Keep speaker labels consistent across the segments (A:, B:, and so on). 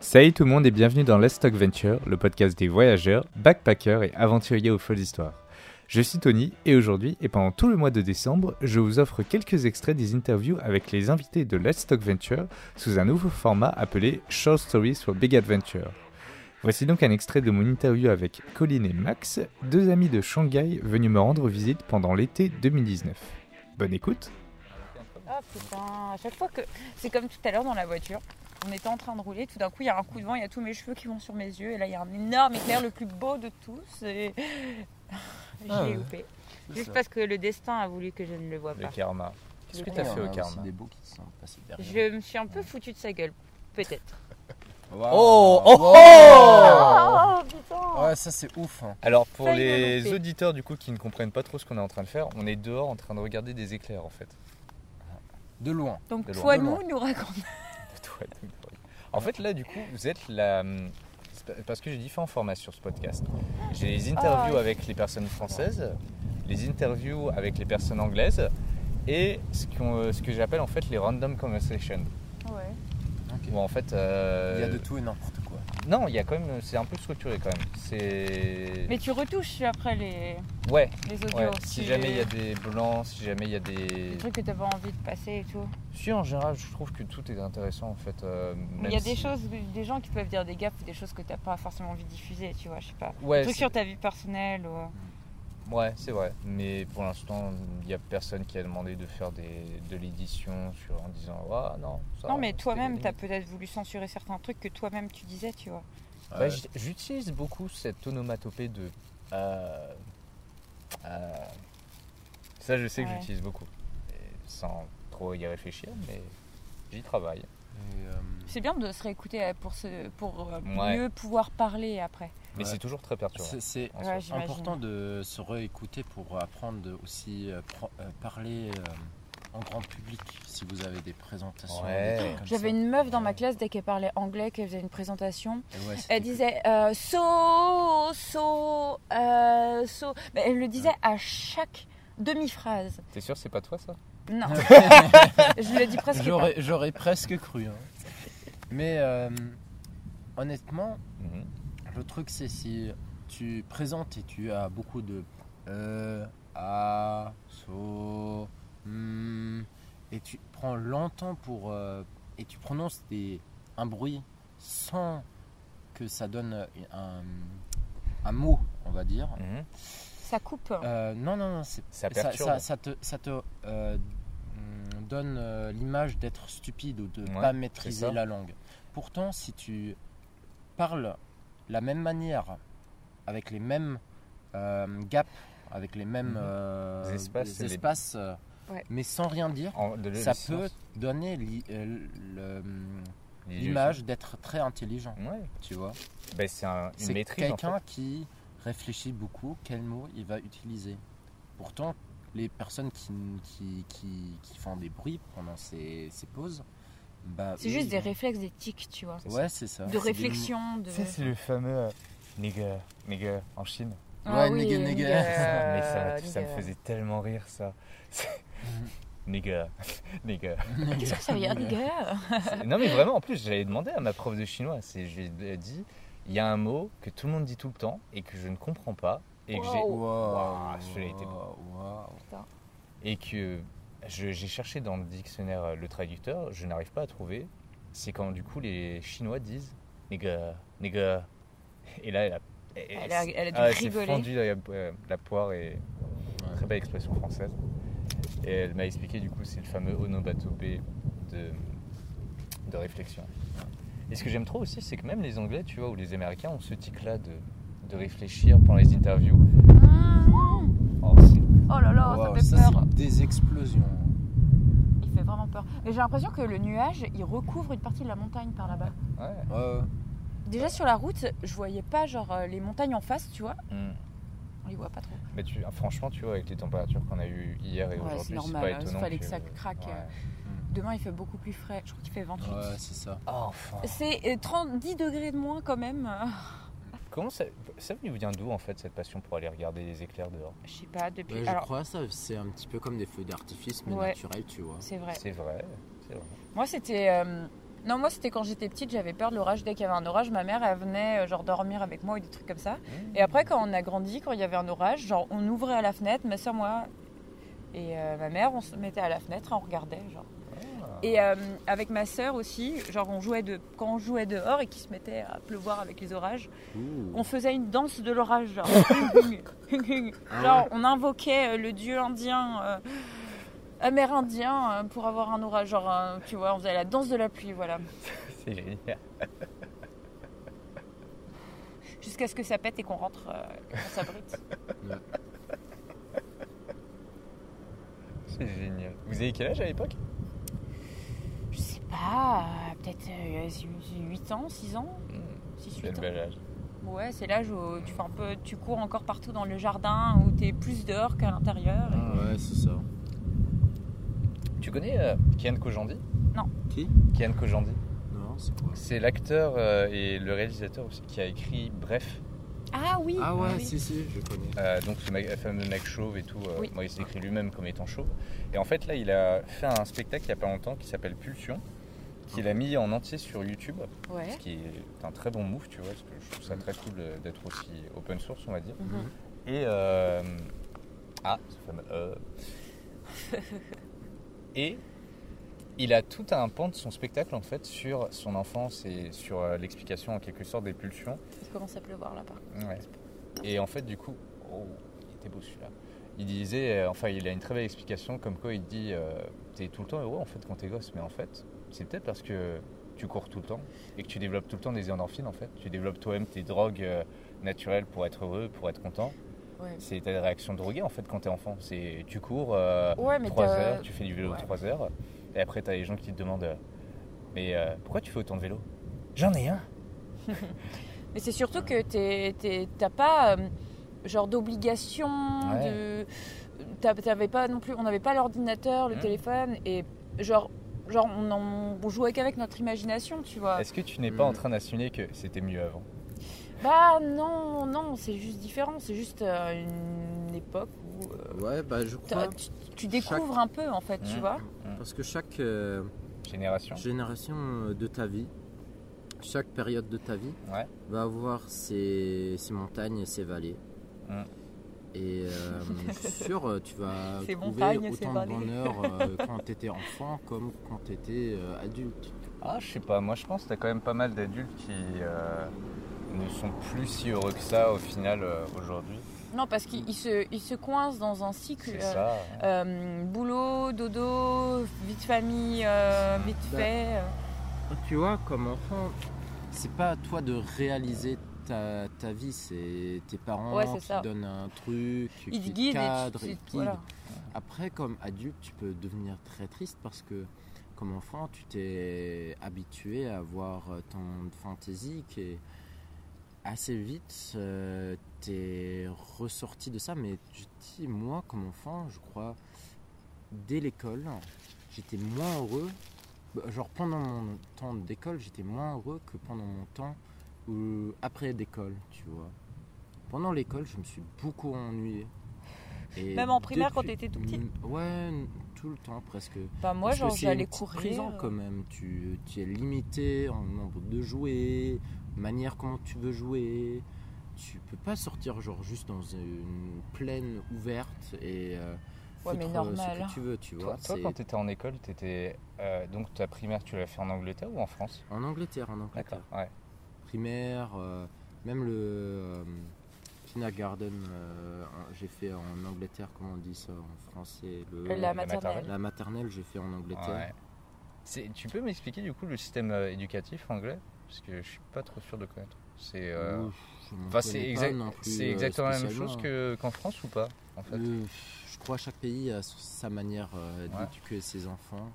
A: Salut tout le monde et bienvenue dans Let's Talk Venture, le podcast des voyageurs, backpackers et aventuriers aux folles histoires. Je suis Tony et aujourd'hui et pendant tout le mois de décembre, je vous offre quelques extraits des interviews avec les invités de Let's Talk Venture sous un nouveau format appelé Short Stories for Big Adventure. Voici donc un extrait de mon interview avec Colin et Max, deux amis de Shanghai venus me rendre visite pendant l'été 2019. Bonne écoute
B: Oh putain, à chaque fois que. C'est comme tout à l'heure dans la voiture. On était en train de rouler, tout d'un coup il y a un coup de vent, il y a tous mes cheveux qui vont sur mes yeux, et là il y a un énorme éclair, le plus beau de tous, et. J'ai
A: Ah,
B: loupé.
C: c'est
B: Juste
C: ça.
B: parce que le destin a voulu que je ne le vois pas.
A: karma. Qu'est-ce que t'as fait au karma
C: des beaux qui sont passés derrière.
B: Je me suis un peu foutu de sa gueule, peut-être.
C: Oh, oh,
B: Oh, putain
C: Ouais, ça c'est ouf. hein.
A: Alors pour
B: Ça, il m'a
A: les
B: loupé.
A: auditeurs du coup qui ne comprennent pas trop ce qu'on est en train de faire, on est dehors en train de regarder des éclairs en fait.
C: De loin.
B: Donc
A: de loin,
B: toi,
C: de loin.
B: nous, nous raconte.
A: Toi, toi, toi. En fait, là, du coup, vous êtes la. hum, c'est pa- Parce que j'ai différents formats sur ce podcast. J'ai les interviews
B: Oh.
A: avec les personnes françaises, les interviews avec les personnes anglaises et ce, qu'on- euh, ce que j'appelle en fait les random conversations.
B: Ouais.
A: Où en fait. euh,
C: Il y a de tout et n'importe quoi.
A: Non, il y a quand même. C'est un peu structuré quand même. C'est.
B: Mais tu retouches après les,
A: Ouais,
B: les audios.
A: ouais. Si
B: tu-
A: jamais il y a des blancs, si jamais il y a des.
B: Des trucs que t'as pas envie de passer et tout.
A: Si, en général, je trouve que tout est intéressant en fait. euh,
B: Mais il y
A: même
B: a des
A: si-
B: choses, des gens qui peuvent dire des gaffes ou des choses que t'as pas forcément envie de diffuser, tu vois, je sais pas.
A: Ouais,
B: Des trucs
A: c'est-
B: sur ta vie personnelle euh. ou.
A: Ouais, c'est vrai. Mais pour l'instant, il n'y a personne qui a demandé de faire des, de l'édition sur, en disant Ah non, ça.
B: Non, mais
A: c'était
B: toi-même,
A: des
B: t'as
A: limites.
B: peut-être voulu censurer certains trucs que toi-même tu disais, tu vois.
A: Ouais, j'- Bah, J'utilise beaucoup cette onomatopée de. euh, euh, ça, je sais que
B: Ouais.
A: j'utilise beaucoup. Et sans trop y réfléchir, mais j'y travaille.
C: Et, euh,
B: C'est bien de se réécouter euh, pour, se, pour euh,
A: Ouais.
B: mieux pouvoir parler après.
A: Mais
C: Ouais.
A: c'est toujours très perturbant.
C: c'est- c'est
A: en soi.
B: Ouais, j'imagine.
C: important de se réécouter pour apprendre de aussi euh, pro- euh, parler euh, en grand public si vous avez des présentations.
A: Ouais.
C: des trucs comme ça.
B: J'avais une meuf dans ma
C: Ouais.
B: classe, dès qu'elle parlait anglais, qu'elle faisait une présentation,
C: Et ouais, c'était
B: elle disait euh, so, so, euh, so. Mais elle le disait à chaque demi-phrase.
A: T'es sûr, c'est pas toi ça
B: Non, je le dis presque pas.
C: J'aurais j'aurais presque cru. hein. Mais euh, honnêtement,
A: Mhm.
C: Le truc, c'est si tu présentes et tu as beaucoup de euh, ah, so, hmm, et tu prends longtemps pour euh, et tu prononces des, un bruit sans que ça donne un, un mot, on va dire.
A: Mhm.
B: Ça coupe.
C: Euh, non, non, non, c'est
A: Ça
C: ça,
A: perturbe.
C: ça- ça te, ça te, euh, mm, donne euh, l'image d'être stupide ou de
A: Ouais,
C: pas maîtriser
A: ça.
C: la langue. Pourtant, si tu parles la même manière, avec les mêmes euh, gaps, avec les mêmes
A: Mhm.
C: euh,
A: Les espaces, les-
C: espaces, euh,
B: Ouais.
C: mais sans rien dire,
A: En- de- de-
C: ça
A: silence.
C: peut donner l'i- euh, le-
A: Il-
C: l'image d'être très intelligent,
A: Ouais.
C: tu vois.
A: Ben, c'est un- une
C: C'est
A: maîtrise. en
C: quelqu'un qui réfléchit beaucoup quel mot il va utiliser. Pourtant, les personnes qui, qui, qui- qui font des bruits pendant ces, ces pauses, bah,
B: C'est
C: eux,
B: juste
C: ils
B: des
C: vont-
B: réflexes, des tics, tu vois.
C: Ouais, Bah, c'est ça.
B: De
C: C'est des
B: réflexion, de.
A: fait. Ça, c'est le fameux. Nigga, nigga, en Chine.
B: Ah
C: Ouais,
B: Euh,
C: nigga, nigga.
A: Mais ça, ça me
B: nigga.
A: faisait tellement rire ça. C'est- Nigga, nigga.
C: mots-
B: Qu'est-ce que ça veut dire, nigga
A: C'est- Non mais vraiment, en plus j'avais demandé à ma prof de chinois, c'est, je lui ai dit, il y a un mot que tout le monde dit tout le temps et que je ne comprends pas et que,
B: Wow.
A: j'ai, Waouh, celui-là était
C: waouh, waouh.
B: Oh,
A: et que je- j'ai cherché dans le dictionnaire euh, le traducteur, je n'arrive pas à trouver. C'est quand du coup les Chinois disent nigga, nigga. Et là elle a,
B: Elle a- elle a dû
A: ah, elle s'est
B: rigoler.
A: fendue la, euh, la poire et Très belle expression française. Et elle m'a expliqué, du coup, c'est le fameux onomatopée de, de réflexion. Et ce que j'aime trop aussi, c'est que même les Anglais, tu vois, ou les Américains ont ce tic-là de, de réfléchir pendant les interviews. Oh, c'est-
B: Oh là là,
C: Waouh,
B: ça fait
C: ça,
B: peur.
C: c'est des explosions.
B: Il fait vraiment peur. Mais j'ai l'impression que le nuage, il recouvre une partie de la montagne par là-bas.
A: ouais.
C: Ouais, ouais.
B: Déjà sur la route, je voyais pas genre euh, les montagnes en face, tu vois.
A: Mm.
B: On les voit pas trop.
A: Mais tu, ah, franchement, tu vois, avec les températures qu'on a eues hier et
B: Ouais,
A: aujourd'hui,
B: c'est
A: c'est
B: normal,
A: pas
B: hein, il
A: étonnant.
B: fallait que ça craque, euh. Demain, il fait beaucoup plus frais. Je crois qu'il fait 28.
C: Ouais, c'est ça.
A: Oh, enfin.
B: C'est euh, 30, 10 degrés de moins quand même.
A: Comment ça, ça lui vient d'où, en fait, cette passion pour aller regarder les éclairs dehors
B: Je sais pas, depuis.
C: Ouais, je
B: Alors,
C: crois ça, c'est un petit peu comme des feux d'artifice, mais
B: Ouais.
C: naturels, tu vois.
B: c'est vrai.
A: C'est vrai, c'est
B: Moi, c'était. euh, Non, moi, c'était quand j'étais petite, j'avais peur de l'orage. Dès qu'il y avait un orage, ma mère, elle venait euh, genre dormir avec moi ou des trucs comme ça. Et après, quand on a grandi, quand il y avait un orage, genre on ouvrait à la fenêtre, ma soeur, moi et euh, ma mère, on se mettait à la fenêtre, on regardait, genre. Et euh, avec ma soeur aussi, genre on jouait de, quand on jouait dehors et qu'il se mettait à pleuvoir avec les orages, on faisait une danse de l'orage, genre. genre on invoquait euh, le dieu indien. euh, Amérindien euh, pour avoir un orage, genre euh, tu vois, on faisait la danse de la pluie, voilà,
A: C'est génial.
B: jusqu'à ce que ça pète et qu'on rentre, euh, qu'on s'abrite.
A: C'est génial. Vous avez quel âge à l'époque
B: Je sais pas, euh, peut-être euh, 8 ans, 6 ans, 6 8 ans.
A: âge.
B: Ouais, c'est l'âge où tu fais un peu tu cours encore partout dans le jardin où t'es plus dehors qu'à l'intérieur.
C: Ah, ouais, c'est ça.
A: Tu connais euh, Kian Kojandi
B: Non.
C: Qui
A: Kian Kojandi.
C: Non, c'est quoi
A: C'est l'acteur euh, et le réalisateur aussi qui a écrit Bref.
B: Ah oui.
C: Ah ouais,
B: oui.
C: si, si, je connais.
A: Euh, donc ce mec- fameux mec chauve et tout, euh,
B: Oui.
A: moi il se décrit lui-même comme étant chauve. Et en fait là il a fait un spectacle il y a pas longtemps qui s'appelle Pulsion, qu'il a mis en entier sur YouTube,
B: Ouais.
A: ce qui est un très bon move tu vois, parce que je trouve ça très cool euh, d'être aussi open source on va dire.
B: Mhm.
A: Et euh, ah ce fameux euh. et il a tout un pan de son spectacle en fait sur son enfance et sur euh, l'explication en quelque sorte des pulsions.
B: Il commence à pleuvoir là par contre.
A: Ouais. Et en fait, du coup, oh, il était beau celui-là. Il disait, euh, enfin, il a une très belle explication comme quoi il dit euh, T'es tout le temps heureux en fait quand t'es gosse, mais en fait, c'est peut-être parce que tu cours tout le temps et que tu développes tout le temps des endorphines en fait. Tu développes toi-même tes drogues euh, naturelles pour être heureux, pour être content.
B: Ouais.
A: C'est ta réaction droguée en fait quand t'es enfant. C'est tu cours euh,
B: Ouais, mais
A: 3
B: t'as-
A: heures, tu fais du vélo
B: Ouais.
A: 3 heures, et après t'as les gens qui te demandent euh, Mais euh, pourquoi tu fais autant de vélo J'en ai un
B: Mais c'est surtout que t'es- t'es- t'as pas euh, genre d'obligation de t'as- t'avais pas non plus on n'avait pas l'ordinateur, le
A: Mhm.
B: téléphone et genre genre on, en- on jouait qu'avec notre imagination, tu vois.
A: Est-ce que tu n'es pas en
C: Hmm.
A: train d'assumer que c'était mieux avant
B: Bah non, non, c'est juste différent, c'est juste euh, une époque où euh,
C: Ouais, bah je
B: t'as-
C: crois.
B: tu, tu découvres un peu en fait, tu
A: Mhm.
B: vois.
C: Parce que chaque euh,
A: Génération
C: génération euh, de ta vie, chaque période de ta vie,
A: Ouais.
C: va avoir ses, ses montagnes et ses vallées.
A: Hum.
C: Et euh, je suis sûr, euh, tu vas
B: Ses
C: trouver
B: montagnes, ses
C: autant de
B: vallées.
C: bonheur euh, quand t'étais enfant comme quand t'étais euh, adulte.
A: Ah, je sais pas, moi je pense que t'as quand même pas mal d'adultes qui euh, ne sont plus si heureux que ça au final euh, aujourd'hui.
B: Non, parce qu'ils ils se, ils se coincent dans un cycle.
A: C'est
B: euh,
A: ça. hein.
B: euh, boulot, dodo, vie de famille, euh, vite
C: Bah.
B: fait. euh.
C: Tu vois, comme enfant, c'est pas à toi de réaliser ta, ta vie, c'est tes parents
B: Ouais, c'est
C: qui
B: ça.
C: te donnent un truc,
B: Ils
C: qui
B: te guident et
C: cadrent,
B: tu- tu-
C: ils te guident.
B: voilà.
C: Après, comme adulte, tu peux devenir très triste parce que, comme enfant, tu t'es habitué à voir euh, ton fantaisie qui est assez vite, euh, t'es ressorti de ça. Mais je te dis, moi, comme enfant, je crois, dès l'école, j'étais moins heureux. Bah, Genre, pendant mon temps d'école, j'étais moins heureux que pendant mon temps ou après d'école, tu vois. Pendant l'école, je me suis beaucoup ennuyé. Et
B: Même en primaire, quand
C: depuis-
B: t'étais tout petit
C: Mm, Ouais, n- tout le temps presque.
B: Bah, moi,
C: Parce que
B: genre,
C: c'est
B: j'allais
C: une petite
B: courir. euh.
C: Prison quand même. Tu, tu es limité en nombre de jouets, manière comment tu veux jouer. Tu peux pas sortir genre juste dans une plaine ouverte et euh,
B: Ouais, mais
C: foutre, euh,
B: normal. hein.
C: ce que tu veux, tu
A: Toi,
C: vois.
A: toi,
C: c'est-
A: quand t'étais en école, t'étais. euh, donc ta primaire, tu l'as fait en Angleterre ou en France
C: En Angleterre, en Angleterre.
A: Ouais.
C: primaire, euh, même le euh, kindergarten, euh, en- j'ai fait en Angleterre, comment on dit ça en français le,
B: La,
A: la
B: maternelle.
A: maternelle.
C: euh, la maternelle, j'ai fait en Angleterre.
A: Ouais. C'est- Tu peux m'expliquer du coup le système euh, éducatif anglais Parce que je suis pas trop sûr de connaître. C'est. euh,
C: Ouf, je m'en
A: Enfin, c'est
C: connais pas
A: exact-
C: non plus,
A: c'est
C: euh,
A: exactement la même chose
C: spécialement.
A: que- qu'en France ou pas en fait
C: Euh, je crois que chaque pays a sa manière euh,
A: Ouais.
C: d'éduquer ses enfants.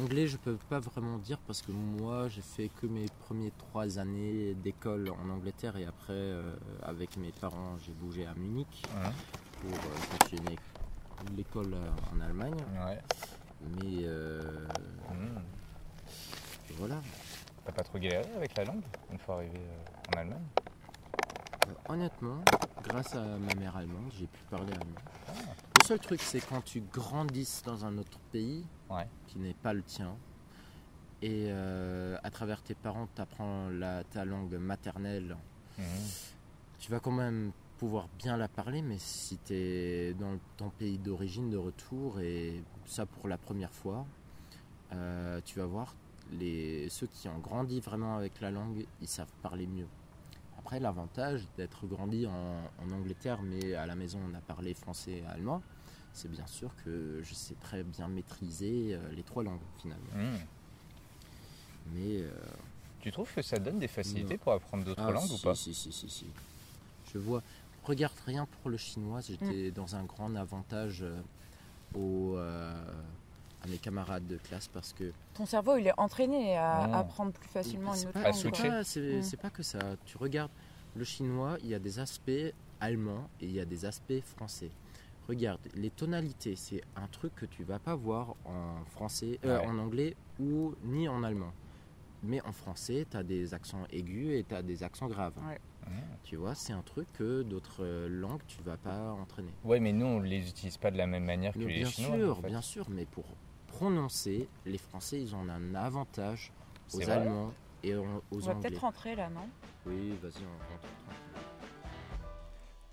C: Anglais, je peux pas vraiment dire parce que moi, j'ai fait que mes premiers trois années d'école en Angleterre et après, euh, avec mes parents, j'ai bougé à Munich
A: Mmh.
C: pour euh, continuer l'école euh, en Allemagne.
A: Ouais.
C: Mais euh,
A: Hmm.
C: voilà.
A: T'as pas trop galéré avec la langue une fois arrivé euh, en Allemagne
C: Euh, honnêtement, grâce à ma mère allemande, j'ai pu parler allemand. Le seul truc, c'est quand tu grandisses dans un autre pays
A: Ouais.
C: qui n'est pas le tien, Et euh, à travers tes parents, tu apprends la, ta langue maternelle.
A: Mmh.
C: Tu vas quand même pouvoir bien la parler, mais si tu es dans ton pays d'origine, de retour, et ça pour la première fois, euh, tu vas voir, les, ceux qui ont grandi vraiment avec la langue, ils savent parler mieux. Après, l'avantage d'être grandi en, en Angleterre, mais à la maison on a parlé français et allemand, c'est bien sûr que je sais très bien maîtriser euh, les trois langues finalement.
A: Mhm.
C: Mais euh,
A: Tu trouves que ça donne des facilités pour apprendre d'autres
C: ah,
A: langues
C: si,
A: ou pas
C: si, si, si, si. Je vois. Regarde rien pour le chinois. J'étais dans un grand avantage euh, au, euh, à mes camarades de classe parce que.
B: Ton cerveau, il est entraîné à
A: Mm.
B: apprendre plus facilement
C: C'est
B: une autre
C: pas-
A: À
B: langue.
C: c'est
A: switcher.
B: quoi.
C: pas- C'est
B: Mm.
C: c'est pas que ça. Tu regardes le chinois, il y a des aspects allemands et il y a des aspects français. Regarde, les tonalités, c'est un truc que tu vas pas voir en français, euh,
A: Ouais.
C: en anglais ou ni en allemand. Mais en français, tu as des accents aigus et tu as des accents graves.
B: Ouais.
A: Mhm.
C: Tu vois, c'est un truc que d'autres euh, langues, tu vas pas entraîner.
A: Ouais, mais nous, on les utilise pas de la même manière que
C: Mais
A: les
C: bien
A: Chinois.
C: sûr,
A: en fait.
C: bien sûr, mais pour prononcer, les Français, ils ont un avantage
A: C'est
C: aux
A: vrai
C: Allemands et en-
B: On
C: aux
B: va
C: Anglais.
B: peut-être rentrer là, non
C: Oui, vas-y, on rentre.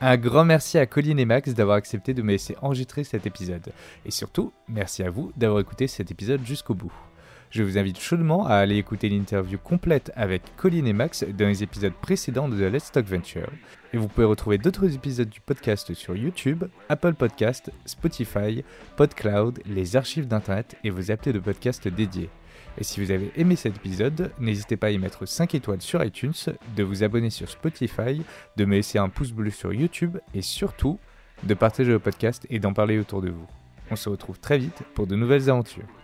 A: Un grand merci à Colline et Max d'avoir accepté de me laisser enregistrer cet épisode. Et surtout, merci à vous d'avoir écouté cet épisode jusqu'au bout. Je vous invite chaudement à aller écouter l'interview complète avec Colline et Max dans les épisodes précédents de The Let's Talk Venture. Et vous pouvez retrouver d'autres épisodes du podcast sur YouTube, Apple Podcast, Spotify, PodCloud, les archives d'Internet et vos applis de podcast dédiés. Et si vous avez aimé cet épisode, n'hésitez pas à y mettre 5 étoiles sur iTunes, de vous abonner sur Spotify de me laisser un pouce bleu sur YouTube et surtout de partager le podcast et d'en parler autour de vous. On se retrouve très vite pour de nouvelles aventures.